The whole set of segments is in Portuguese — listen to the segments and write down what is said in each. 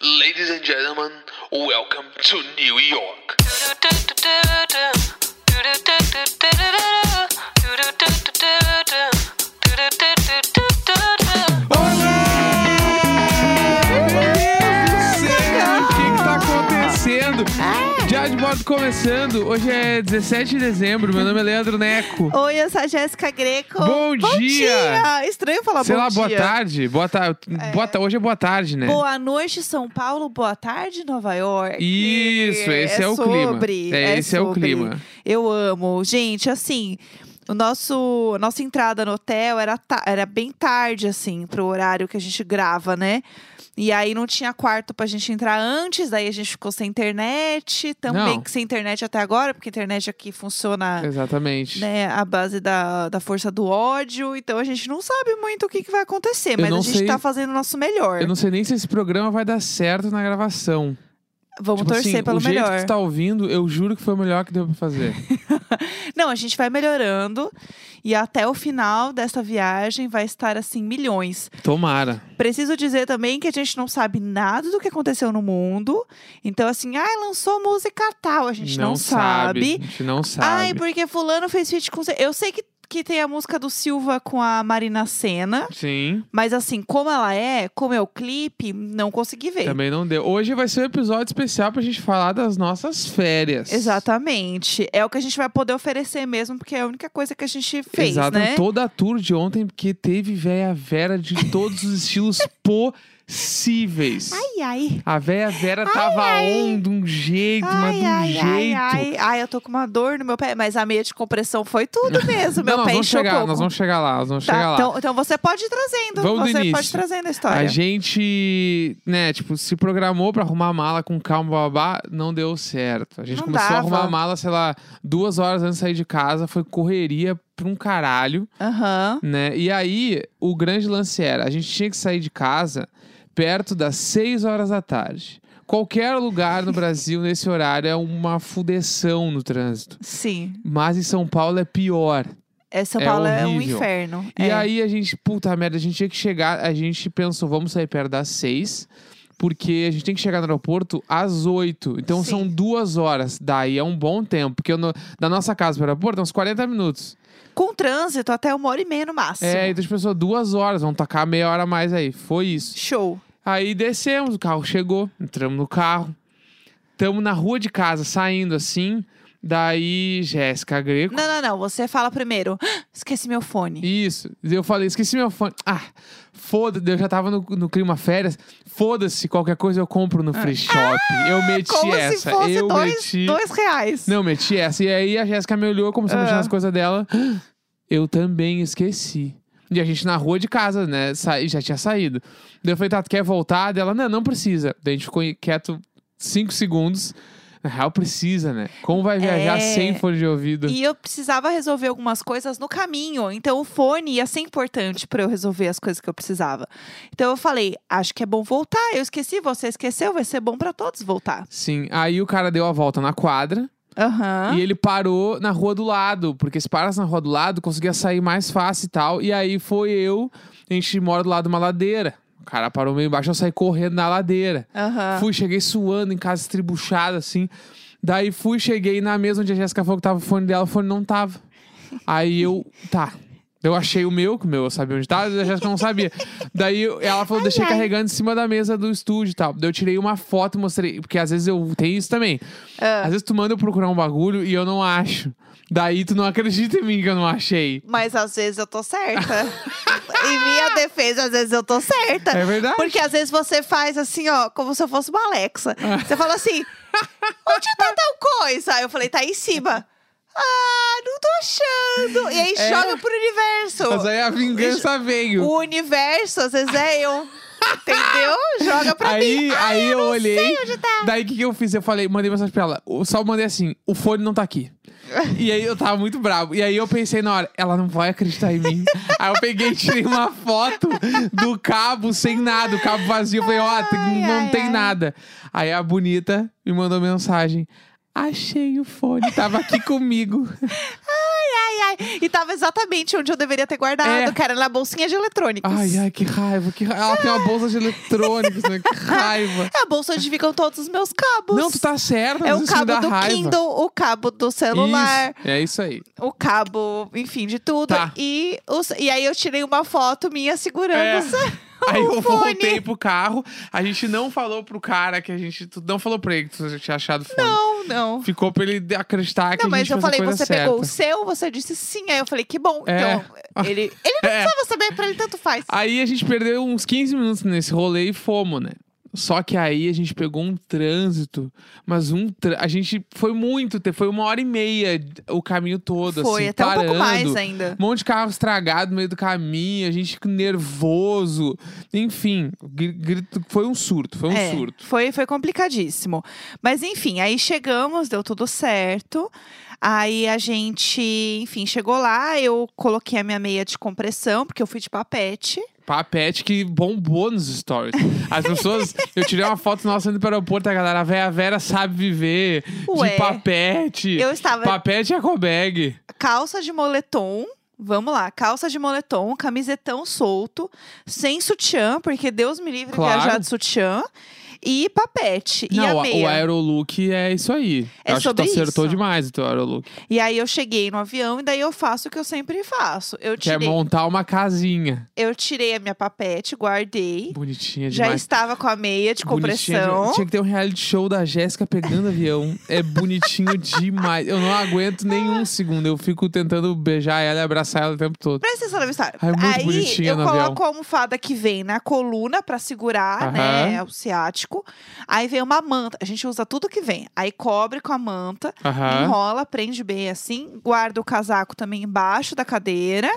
Ladies and gentlemen, welcome to New York. tá acontecendo? Ah. Já de bordo começando. Hoje é 17 de dezembro. Meu nome é Leandro Neco. Oi, eu sou a Jéssica Greco. Bom dia! dia! Estranho falar Sei bom lá, dia. boa tarde. Boa tarde. Boa ta- Hoje é boa tarde, né? Boa noite, São Paulo. Boa tarde, Nova York. Isso, esse é, o sobre, clima. É, esse é o sobre. clima. Eu amo. Gente, assim, o nosso, nossa entrada no hotel era, ta- era bem tarde, assim, pro horário que a gente grava, né? E aí não tinha quarto pra gente entrar antes, daí a gente ficou sem internet, também Não. que sem internet até agora, porque a internet aqui funciona Exatamente. né, a base da, da força do ódio. Então a gente não sabe muito o que, que vai acontecer, mas não a gente sei- tá fazendo o nosso melhor. Eu não sei nem se esse programa vai dar certo na gravação. Vamos tipo torcer assim, pelo o jeito melhor. que tu tá ouvindo, eu juro que foi o melhor que deu pra fazer. Não, a gente vai melhorando e até o final dessa viagem vai estar assim milhões. Tomara. Preciso dizer também que a gente não sabe nada do que aconteceu no mundo. Então assim, ai, lançou música tal, a gente não, sabe. A gente não sabe. Ai, porque fulano fez feat com... Eu sei que que tem a música do Silva com a Marina Senna, Sim, mas assim, como ela é, como é o clipe, não consegui ver. também não deu. Hoje vai ser um episódio especial pra gente falar das nossas férias. Exatamente. É o que a gente vai poder oferecer mesmo, porque é a única coisa que a gente fez, Exato, né? toda a tour de ontem, porque teve véia Vera de todos os estilos possíveis. Ai, ai. A véia Vera tava on de um jeito, mas Ai, de um ai, ai, jeito. ai, ai, eu tô com uma dor no meu pé, mas a meia de compressão foi tudo mesmo. Não, meu nós pé vamos inchou chegar, pouco. nós vamos chegar lá, nós vamos Tá, chegar lá. Então, então você pode ir trazendo. Vamos do você pode ir início. trazendo a a história. gente, né, tipo, se programou pra arrumar a mala com calma, babá, não deu certo. A gente Não começou a dava. arrumar a mala, sei lá, duas horas antes de sair de casa, foi correria pra um caralho. Aham. né? E aí, o grande lance era, a gente tinha que sair de casa perto das 6 horas da tarde. Qualquer lugar no Brasil nesse horário é uma fudeção no trânsito. Sim. Mas em São Paulo é pior. É, São É Paulo é um horrível. inferno. E É. aí a gente, puta merda, a gente tinha que chegar, a gente pensou, vamos sair perto das 6, porque a gente tem que chegar no aeroporto às 8. Então Sim. são duas horas. Daí é um bom tempo, porque eu no- da nossa casa pro aeroporto é uns 40 minutos. Com trânsito, até uma hora e meia no máximo. É, então a gente pensou, duas horas, vamos tacar meia hora a mais aí. Foi isso. Show. Aí descemos, o carro chegou, entramos no carro. Tamo na rua de casa, saindo assim. Daí, Jéssica Greco. Não, não, não. Você fala primeiro. "Ah, Esqueci meu fone. Isso. Eu falei, esqueci meu fone. Ah, foda-se. Eu já tava no, no clima férias. Foda-se, qualquer coisa eu compro no free shop. eu meti Ah. Como essa. se fosse eu dois, meti. dois reais. Não, meti essa. E aí a Jéssica me olhou, começou a mexer Ah. nas coisas dela. Eu também esqueci. E a gente na rua de casa, né? Sa- já tinha saído. Daí eu falei, tá, tu quer voltar? Daí ela, não, não precisa. Daí a gente ficou quieto cinco segundos. Na real, precisa, né? Como vai viajar É. sem fone de ouvido? E eu precisava resolver algumas coisas no caminho. Então o fone ia ser importante pra eu resolver as coisas que eu precisava. Então eu falei, acho que é bom voltar. Eu esqueci, você esqueceu, vai ser bom pra todos voltar. Sim. Aí o cara deu a volta na quadra Aham. e ele parou na rua do lado. Porque se parasse na rua do lado, conseguia sair mais fácil e tal. E aí foi eu, a gente mora do lado de uma ladeira. O cara parou meio embaixo, eu saí correndo na ladeira. Aham. Fui, cheguei suando em casa, estribuchada, assim. Daí fui, cheguei na mesa onde a Jéssica falou que tava o fone dela, o fone não tava. Aí eu, tá. Eu achei o meu, que o meu eu sabia onde tava, a Jéssica não sabia. Daí eu- ela falou, deixei carregando em cima da mesa do estúdio e tal. Daí eu tirei uma foto e mostrei, porque às vezes eu tenho isso também. Às vezes tu manda eu procurar um bagulho e eu não acho. Daí tu não acredita em mim que eu não achei. Mas às vezes eu tô certa. em minha defesa, às vezes eu tô certa. É verdade. Porque às vezes você faz assim, ó, como se eu fosse uma Alexa. Você fala assim: onde tá tal coisa? Aí Eu falei, tá aí em cima. Ah, não tô achando. E aí É. joga pro universo. Mas aí é a vingança veio. O universo, às vezes é eu. Entendeu? Joga pra mim. aí, Ai, aí eu, não olhei. Sei onde tá. Daí o que, que eu fiz? Eu falei, mandei mensagem pra ela. Eu Só mandei assim: o fone não tá aqui. E aí eu tava muito bravo. E aí eu pensei na hora, ela não vai acreditar em mim. aí eu peguei e tirei uma foto do cabo sem nada, o cabo vazio. Eu falei, ó, tem- Ai, não ai, tem ai. nada. Aí a bonita me mandou mensagem. Achei o fone, tava aqui comigo. Ai, ai, ai. E tava exatamente onde eu deveria ter guardado, É. cara, na bolsinha de eletrônicos. Ai, ai, que raiva, que raiva. Ela tem uma bolsa de eletrônicos, né? Que raiva. É a bolsa onde ficam todos os meus cabos. Não, tu tá certa, É mas o isso me cabo dá do raiva. Kindle, o cabo do celular, Isso, é isso aí. o cabo, enfim, de tudo. Tá. E, os- e aí eu tirei uma foto minha segurando É. o ce- Aí o eu fone. voltei pro carro. A gente não falou pro cara que a gente. Tu não falou pra ele que tu tinha achado fone. Não, não. Ficou pra ele acreditar que Não, a gente mas eu fez falei, a coisa você certa. pegou o seu, você disse sim. Aí eu falei, que bom. É. Então, ele, ele não É. precisava saber, pra ele tanto faz. Aí a gente perdeu uns 15 minutos nesse rolê e fomos, né? Só que aí a gente pegou um trânsito, mas um trâ- a gente foi muito, te- foi uma hora e meia o caminho todo, Foi, assim, até um parando. pouco mais ainda. Um monte de carro estragado no meio do caminho, a gente nervoso. Enfim, gri- grito- foi um surto, foi um É, surto. Foi, foi complicadíssimo. Mas enfim, aí chegamos, deu tudo certo. Aí a gente, enfim, chegou lá, eu coloquei a minha meia de compressão, porque eu fui de papete. Papete que bombou nos stories. As pessoas. eu tirei uma foto nossa indo para o aeroporto, a galera, a Vera, Vera sabe viver. Ué, de papete. Eu estava Papete é cobag. calça de moletom. Vamos lá, calça de moletom, camisetão solto, sem sutiã, porque Deus me livre Claro. viajar de sutiã. E papete. e Não, a a- meia. o Aerolook é isso aí. É Eu acho sobre que tu acertou isso. demais o teu Aerolook. E aí eu cheguei no avião e daí eu faço o que eu sempre faço. Eu Que é tirei, montar uma casinha. eu tirei a minha papete, guardei. Bonitinha Já demais. estava com a meia de Bonitinha compressão. de- Tinha que ter um reality show da Jéssica pegando avião. É bonitinho demais. Eu não aguento Ah. nenhum segundo. Eu fico tentando beijar ela e abraçar ela o tempo todo. Presta atenção na minha história. Ai, muito Aí bonitinha eu no coloco avião. a almofada que vem na coluna pra segurar, Aham. né? O ciático. Aí vem uma manta. A gente usa tudo que vem. Aí cobre com a manta, Aham. enrola, prende bem assim, guarda o casaco também embaixo da cadeira.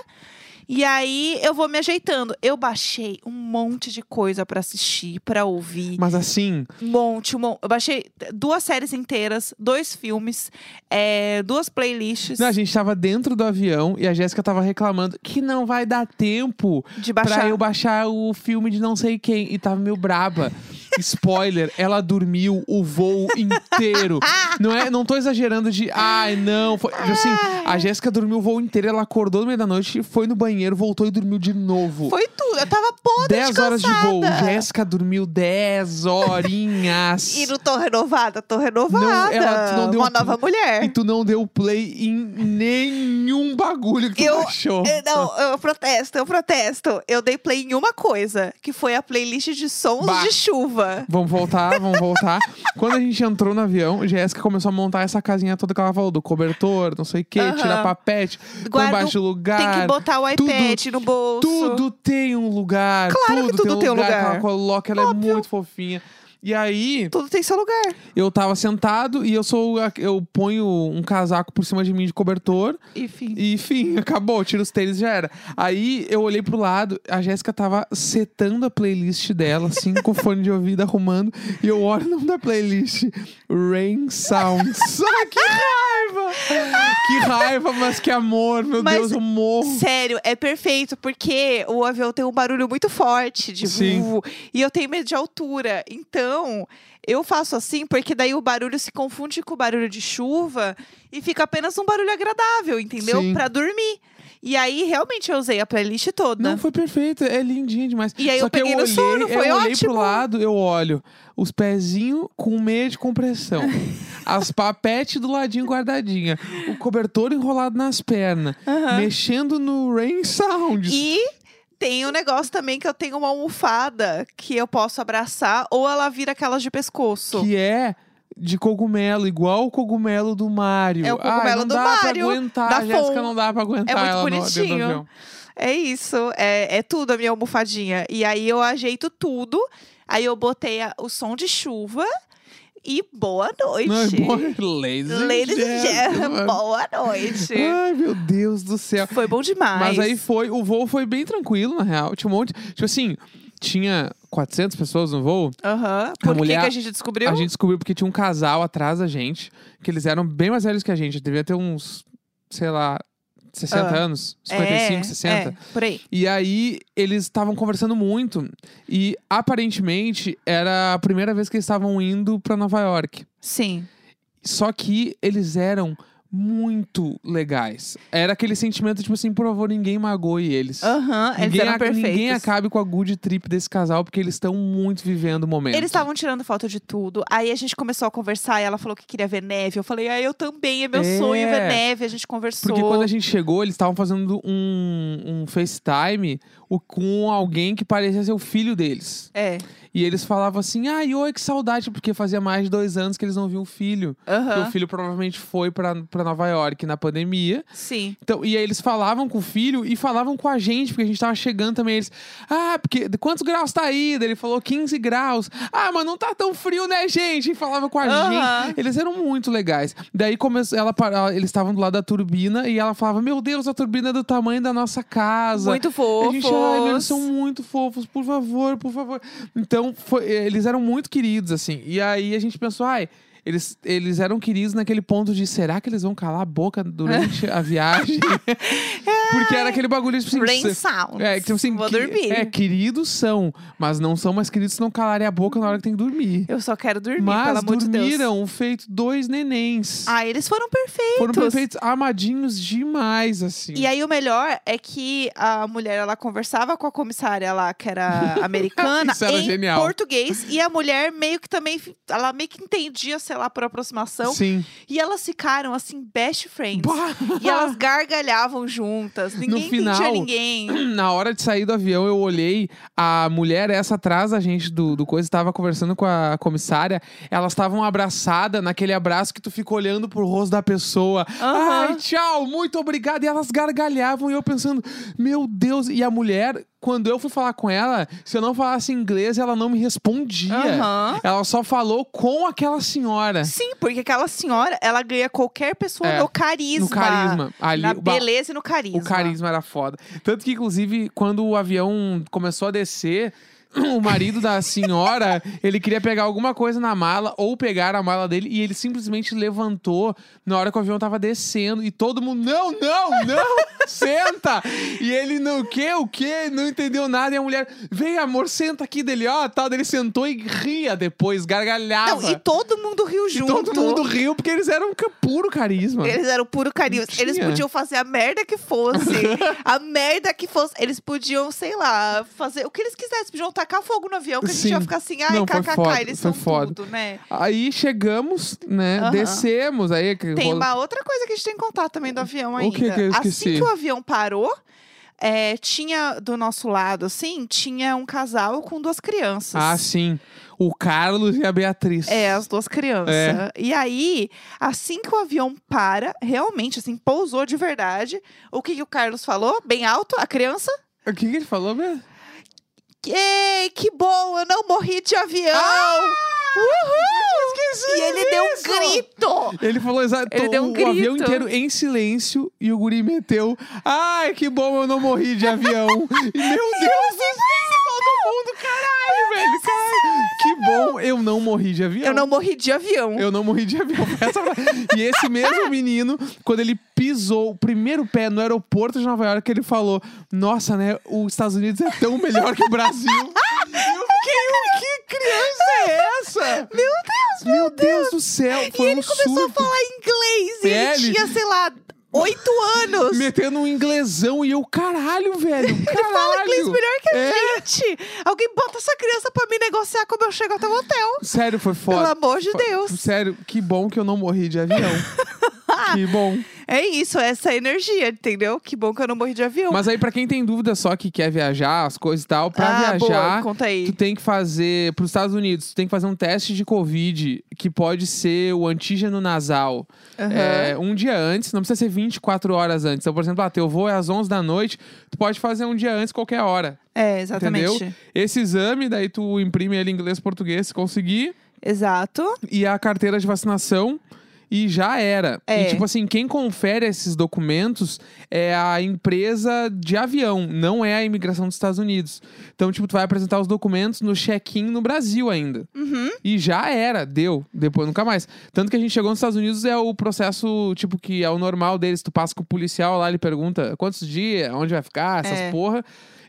E aí eu vou me ajeitando. Eu baixei um monte de coisa pra assistir, pra ouvir. Mas assim, Um monte, um monte. Eu baixei duas séries inteiras, dois filmes, é, duas playlists não, a gente tava dentro do avião e a Jéssica tava reclamando que não vai dar tempo de pra baixar. eu baixar o filme de não sei quem. E tava meio braba. Spoiler, ela dormiu o voo inteiro. Não é, não tô exagerando de, ai não, foi, assim, a Jéssica dormiu o voo inteiro, ela acordou no meio da noite, foi no banheiro, voltou e dormiu de novo. Foi tudo. Eu tava podre 10 horas de cansada. voo. Jéssica dormiu 10 horinhas. E não tô renovada, tô renovada. Não, ela- tu não deu Uma um- nova mulher. E tu não deu play em nenhum bagulho que tu Eu- achou. Eh, Não, eu protesto, eu protesto. Eu dei play em uma coisa, que foi a playlist de sons Bah. de chuva. Vamos voltar, vamos voltar. Quando a gente entrou no avião, Jéssica começou a montar essa casinha toda que ela falou, do cobertor, não sei o quê, Aham. tira papete, põe Guarda embaixo do lugar. Tem que botar o tudo- iPad no bolso. Tudo tem um lugar. Claro que tudo, tudo tem tem um um lugar, que lugar. ela coloca, ela é muito fofinha. E aí, Tudo tem seu lugar. eu tava sentado e eu sou. a- Eu ponho um casaco por cima de mim de cobertor. Enfim. E enfim, acabou, tira os tênis já era. Aí eu olhei pro lado, a Jéssica tava setando a playlist dela, assim, com o fone de ouvido arrumando, e eu olho o nome da playlist: Rain Sounds. Ah, que raiva! Que raiva, mas que amor, meu Mas- Deus, eu morro. Sério, é perfeito, porque o avião tem um barulho muito forte de Sim. vu, e eu tenho medo de altura. Então, eu faço assim, porque daí o barulho se confunde com o barulho de chuva e fica apenas um barulho agradável, entendeu? Sim. Pra dormir. E aí, realmente, eu usei a playlist toda. Não, foi perfeito, é lindinho demais. E aí Só eu que peguei no olhei, sono, foi eu olhei ótimo. pro lado, eu olho os pezinhos com meia de compressão, as papete do ladinho guardadinha, o cobertor enrolado nas pernas, Aham. mexendo no Rain Sounds. E tem um negócio também que eu tenho uma almofada que eu posso abraçar, ou ela vira aquelas de pescoço. Que é de cogumelo, igual o cogumelo do Mario. É o cogumelo Ai, não do dá pra Mario, aguentar, da a Jéssica Fon. É não dá pra aguentar muito ela no- dentro do bonitinho. avião. É isso, é, é tudo a minha almofadinha. E aí eu ajeito tudo, aí eu botei a- o som de chuva e boa noite. Não, é bom. Ladies, and Ladies and gentlemen, gentlemen. boa noite. é, Ai, meu Deus do céu. Foi bom demais. Mas aí foi, o voo foi bem tranquilo, na real. Tinha um monte. Tipo assim, tinha 400 pessoas no voo. Aham. Por que mulher- que a gente descobriu? A gente descobriu porque tinha um casal atrás da gente, que eles eram bem mais velhos que a gente. Devia ter uns, sei lá, 60 Ah. anos, 55, é, 60. É, por aí. E aí eles estavam conversando muito. E aparentemente era a primeira vez que eles estavam indo pra Nova York. Sim. Só que eles eram muito legais. Era aquele sentimento, tipo assim, por favor, ninguém magoe eles. Aham, eles ninguém, eram ac- perfeitos. ninguém acabe com a good trip desse casal, porque eles estão muito vivendo o momento. Eles estavam tirando foto de tudo. Aí a gente começou a conversar e ela falou que queria ver neve. Eu falei, ah, eu também, é meu É. sonho ver neve. A gente conversou. Porque quando a gente chegou, eles estavam fazendo um, um FaceTime o- com alguém que parecia ser o filho deles. É. E eles falavam assim, ai, oi, que saudade, porque fazia mais de dois anos que eles não viam o filho. Porque Aham. o filho provavelmente foi pra pra Nova York na pandemia. Sim. Então, e aí eles falavam com o filho e falavam com a gente, porque a gente tava chegando também. Eles, ah, porque quantos graus tá aí? Daí Ele falou 15 graus. Ah, mas não tá tão frio, né, gente? E falava com a Aham. gente. Eles eram muito legais. Daí começou, ela, par- ela- eles estavam do lado da turbina e ela falava: Meu Deus, a turbina é do tamanho da nossa casa. Muito A fofo. gente, ai, meu, eles são muito fofos, por favor, por favor. Então, foi- eles eram muito queridos, assim. E aí a gente pensou, ai, eles, eles eram queridos naquele ponto de será que eles vão calar a boca durante a viagem? Porque era aquele bagulho tipo assim. Rain se- sounds. é, tipo assim, Vou que- dormir. é, queridos são, mas não são mais queridos se não calarem a boca na hora que tem que dormir. Eu só quero dormir, pelo mas amor de Deus. dormiram feito dois nenéns. Ah, eles foram perfeitos. Foram perfeitos, amadinhos demais, assim. então E aí o melhor é que a mulher ela conversava com a comissária lá que era americana Isso era em genial. português e a mulher meio que também ela meio que entendia, sei lá, por aproximação Sim. e elas ficaram assim best friends. Bah! E elas gargalhavam juntas, ninguém entendia final- ninguém. Na hora de sair do avião, eu olhei. A mulher, essa atrás da gente do, do coisa, estava conversando com a comissária. Elas estavam abraçadas naquele abraço que tu fica olhando pro rosto da pessoa. Aham. Ai, tchau, muito obrigada. E elas gargalhavam e eu pensando, meu Deus. E a mulher, quando eu fui falar com ela, se eu não falasse inglês, ela não me respondia. Aham. Ela só falou com aquela senhora. Sim, porque aquela senhora, ela ganha qualquer pessoa É, no carisma. No carisma. Ali, Na o ba- beleza e no carisma. O carisma era foda. Tanto que, inclusive, quando o avião começou a descer, o marido da senhora, ele queria pegar alguma coisa na mala ou pegar a mala dele e ele simplesmente levantou na hora que o avião tava descendo e todo mundo, não, não, não, senta! E ele, não, o quê, o quê? Não entendeu nada. E a mulher, vem amor, senta aqui dele, ó, tal. Daí Ele sentou e ria depois, gargalhava. Não, e todo mundo riu E junto. todo mundo riu porque eles eram ca- puro carisma. Eles eram puro carinho. Não Eles tinha. podiam fazer a merda que fosse. a merda que fosse. Eles podiam, sei lá, fazer o que eles quisessem. Podiam tacar fogo no avião, que a gente Sim. ia ficar assim, ai, Não, foi kkk, foda, eles foi são foda. tudo, né? Aí chegamos, né? Aham. Descemos. Aí que Tem rola- uma outra coisa que a gente tem que contar também do avião ainda. O que que eu Assim esqueci? que o avião parou, é, tinha do nosso lado, assim, tinha um casal com duas crianças. Ah, sim. O Carlos e a Beatriz. É, as duas crianças. É. E aí, assim que o avião para, realmente, assim, pousou de verdade, o que, que o Carlos falou? Bem alto, a criança. O que, que ele falou mesmo? Ei, que bom, eu não morri de avião! Ah, Uhul! esqueci E ele deu um disso! grito! Ele falou exatamente. Ele deu um o avião grito. inteiro em silêncio e o guri meteu. Ai, que bom eu não morri de avião. e meu Deus do céu, todo mundo, caralho, velho. Caralho. Que bom eu não morri de avião. Eu não morri de avião. Eu não morri de avião. Foi essa frase. e esse mesmo menino, quando ele pisou o primeiro pé no aeroporto de Nova York, ele falou: Nossa, né? Os Estados Unidos é tão melhor que o Brasil. E eu fiquei, que criança é essa? Meu Deus! Meu Deus do céu. E Foi ele um começou surto. a falar inglês. E É, ele ele- tinha, sei lá, oito anos. Metendo um inglesão e eu, caralho, velho. Ele fala inglês melhor que a É. gente. Alguém bota essa criança pra me negociar como eu chego até o hotel. Sério, foi Pelo foda. amor de Deus. Sério, que bom que eu não morri de avião. que bom. É isso, é essa energia, entendeu? Que bom que eu não morri de avião. Mas aí, pra quem tem dúvida só que quer viajar, as coisas e tal, pra ah, viajar, boa, conta tu aí. tem que fazer pros Estados Unidos, tu tem que fazer um teste de Covid que pode ser o antígeno nasal Aham. é, um dia antes, não precisa ser 24 horas antes. Então, por exemplo, ah, teu voo é às 11 da noite, tu pode fazer um dia antes, qualquer hora. É, exatamente. Entendeu? Esse exame, daí tu imprime ele em inglês, português, se conseguir, Exato. e a carteira de vacinação. E já era. É. E, tipo assim, quem confere esses documentos é a empresa de avião, não é a imigração dos Estados Unidos. Então, tipo, tu vai apresentar os documentos no check-in no Brasil ainda. E já era, deu. Depois nunca mais. Tanto que a gente chegou nos Estados Unidos, é o processo, tipo, que é o normal deles. Tu passa com o policial lá, ele pergunta quantos dias, onde vai ficar, essas É. porra.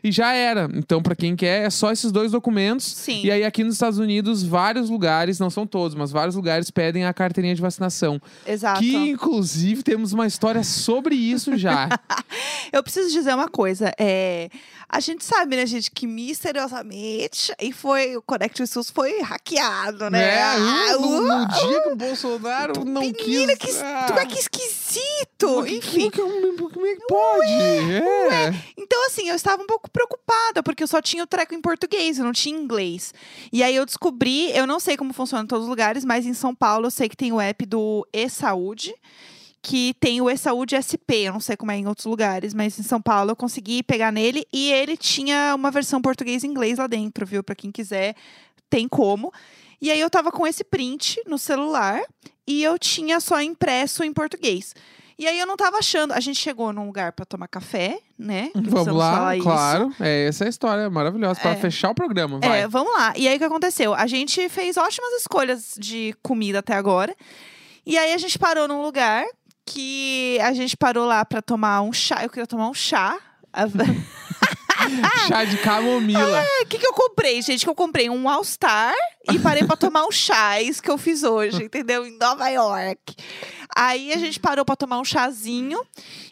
e já era. Então, pra quem quer, é só esses dois documentos. Sim. E aí, aqui nos Estados Unidos, vários lugares, não são todos, mas vários lugares pedem a carteirinha de vacinação. Exato. Que, inclusive, temos uma história sobre isso já. Eu preciso dizer uma coisa. É, a gente sabe, né, gente, que misteriosamente e foi, o Connect SUS foi hackeado, né? É, Ah, uh, no, uh, no dia que o Bolsonaro não menina, quis. que, es- ah, tu é que esquisito. como que- Enfim. Como que, como é que pode? é. Então, assim, eu estava um pouco preocupada, porque eu só tinha o treco em português, eu não tinha inglês. E aí eu descobri, eu não sei como funciona em todos os lugares, mas em São Paulo eu sei que tem o app do E-Saúde, que tem o E-Saúde SP, eu não sei como é em outros lugares, mas em São Paulo eu consegui pegar nele e ele tinha uma versão português e inglês lá dentro, viu? Para quem quiser, tem como. E aí eu tava com esse print no celular e eu tinha só impresso em português. E aí eu não tava achando. A gente chegou num lugar pra tomar café, né? Que Vamos precisamos lá, falar isso. claro. É, essa é a história maravilhosa. Pra É. fechar o programa, vai. É, vamos lá. E aí o que aconteceu? A gente fez ótimas escolhas de comida até agora. E aí a gente parou num lugar que a gente parou lá pra tomar um chá. Eu queria tomar um chá. O Chá de camomila. que, que eu comprei, gente? Que eu comprei um All Star e parei pra tomar um chá. É isso que eu fiz hoje, entendeu? Em Nova York. Aí a gente parou pra tomar um chazinho.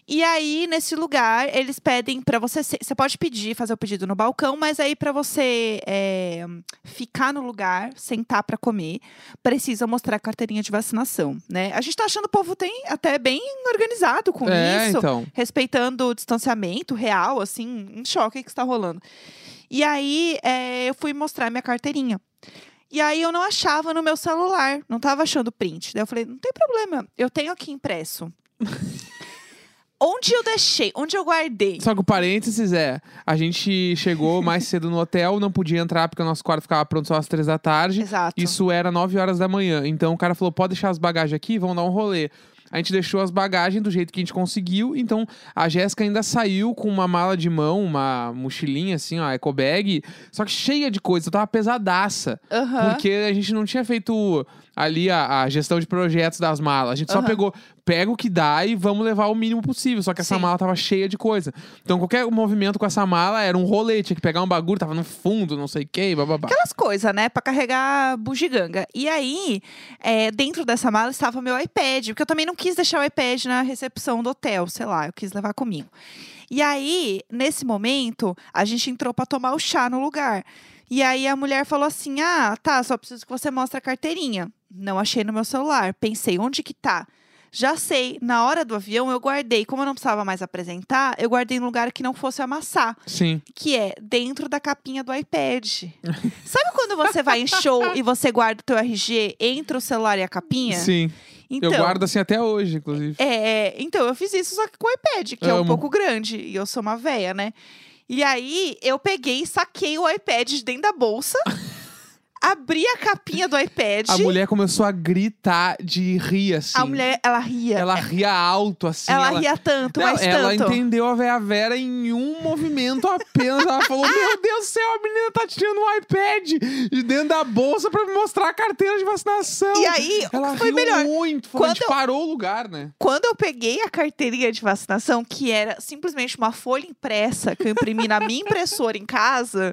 E aí, nesse lugar, eles pedem pra você. se- Você pode pedir, fazer o pedido no balcão, mas aí pra você é, ficar no lugar, sentar pra comer, precisa mostrar a carteirinha de vacinação, né? A gente tá achando o povo tem até bem organizado com é, isso então. respeitando o distanciamento real, assim, um choque que está rolando. E aí é, eu fui mostrar minha carteirinha. E aí eu não achava no meu celular, não estava achando print. Daí eu falei, não tem problema, eu tenho aqui impresso. onde eu deixei, onde eu guardei. Só que o parênteses é, a gente chegou mais cedo no hotel, não podia entrar porque o nosso quarto ficava pronto só às três da tarde. Exato. Isso era nove horas da manhã. Então o cara falou, pode deixar as bagagens aqui, vamos dar um rolê. A gente deixou as bagagens do jeito que a gente conseguiu. Então a Jéssica ainda saiu com uma mala de mão, uma mochilinha assim, ó, eco bag. Só que cheia de coisa, eu tava pesadaça. Aham. Porque a gente não tinha feito ali a, a gestão de projetos das malas. A gente só Aham. pegou, pega o que dá e vamos levar o mínimo possível. Só que essa Sim. mala tava cheia de coisa. Então qualquer movimento com essa mala era um rolê. Tinha que pegar um bagulho, tava no fundo, não sei o que, bababá. Aquelas coisas, né? Pra carregar bugiganga. E aí, é, dentro dessa mala estava meu iPad, porque eu também não quis deixar o iPad na recepção do hotel, sei lá, eu quis levar comigo. E aí, nesse momento, a gente entrou pra tomar o chá no lugar. E aí a mulher falou assim: Ah, tá, só preciso que você mostre a carteirinha. Não achei no meu celular. Pensei, onde que tá? Já sei, na hora do avião eu guardei. Como eu não precisava mais apresentar, eu guardei num lugar que não fosse amassar Sim. que é dentro da capinha do iPad. Sabe quando você vai em show e você guarda o teu RG entre o celular e a capinha? Sim. Então, Eu guardo assim até hoje, inclusive. é, então eu fiz isso só que com o iPad, que é um Amo. pouco grande e eu sou uma véia, né? E aí eu peguei e saquei o iPad de dentro da bolsa. abri a capinha do iPad. A mulher começou a gritar de rir, assim. a mulher, ela ria. Ela ria alto, assim. Ela ria tanto, Não, mas ela tanto. entendeu a Vera Vera em um movimento apenas. Ela falou: Meu Deus do céu, a menina tá tirando um iPad de dentro da bolsa pra me mostrar a carteira de vacinação. E aí, o que ela foi riu melhor? muito. Falou, a Quando gente eu- parou o lugar, né? Quando eu peguei a carteirinha de vacinação, que era simplesmente uma folha impressa que eu imprimi na minha impressora em casa,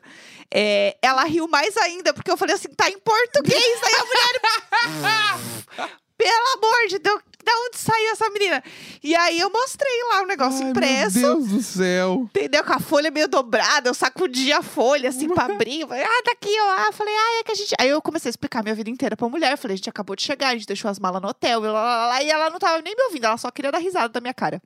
é, ela riu mais ainda, porque eu falei assim, tá em português. Aí a mulher. Pelo amor de Deus, da onde saiu essa menina? E aí eu mostrei lá o negócio Ai, impresso. Meu Deus do céu. Entendeu? Com a folha meio dobrada, eu sacudi a folha, assim, pra abrir. Eu falei, ah, tá aqui, ó. Eu falei, ah, é que a gente. Aí eu comecei a explicar minha vida inteira pra mulher. Eu falei, a gente acabou de chegar, a gente deixou as malas no hotel, e, lá, lá, lá, lá. e ela não tava nem me ouvindo, ela só queria dar risada da minha cara.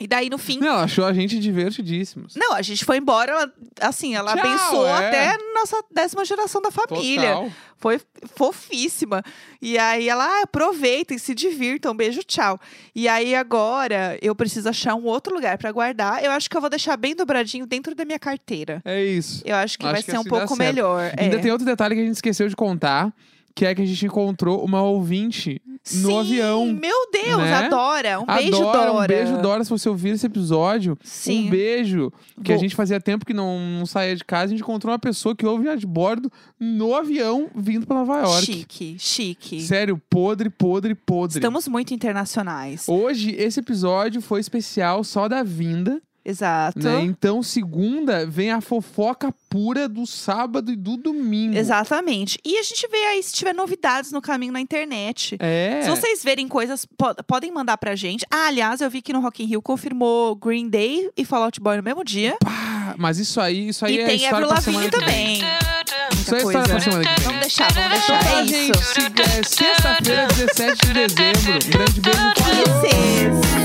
E daí, no fim. Não, ela achou a gente divertidíssimos. Não, a gente foi embora, ela, assim, ela Tchau, abençoou é. até nossa décima geração da família. Total. Foi fofíssima. E aí ela, ah, aproveitem, se divirtam, beijo, tchau. E aí agora eu preciso achar um outro lugar pra guardar. Eu acho que eu vou deixar bem dobradinho dentro da minha carteira. É isso. Eu acho que Acho vai que ser um assim dá pouco certo. melhor. Ainda é. tem outro detalhe que a gente esqueceu de contar. Que é que a gente encontrou uma ouvinte Sim, um no avião. Meu Deus, né? adora. Um beijo, Adora, Dora. Um beijo, Dora. Se você ouvir esse episódio, Sim. um beijo. Que a Bom. gente fazia tempo que não, não saía de casa. A gente encontrou uma pessoa que ouve a de bordo no avião vindo pra Nova York. Chique, chique. Sério, podre, podre, podre. Estamos muito internacionais. Hoje, esse episódio foi especial só da vinda Exato. né? Então, segunda, vem a fofoca pura do sábado e do domingo. Exatamente. E a gente vê aí se tiver novidades no caminho na internet. É. Se vocês verem coisas, po- podem mandar pra gente. Ah, aliás, eu vi que no Rock in Rio confirmou Green Day e Fallout Boy no mesmo dia. Pá, mas isso aí, isso aí e é tem história Avril pra semana Lavigne que vem. também. Isso aí é Muita história pra coisa. semana né? que vem. Vamos deixar, vamos Então deixar. tá, É isso. gente. se- é, Sexta-feira, 17 de dezembro. Um grande beijo. Falou! Vocês.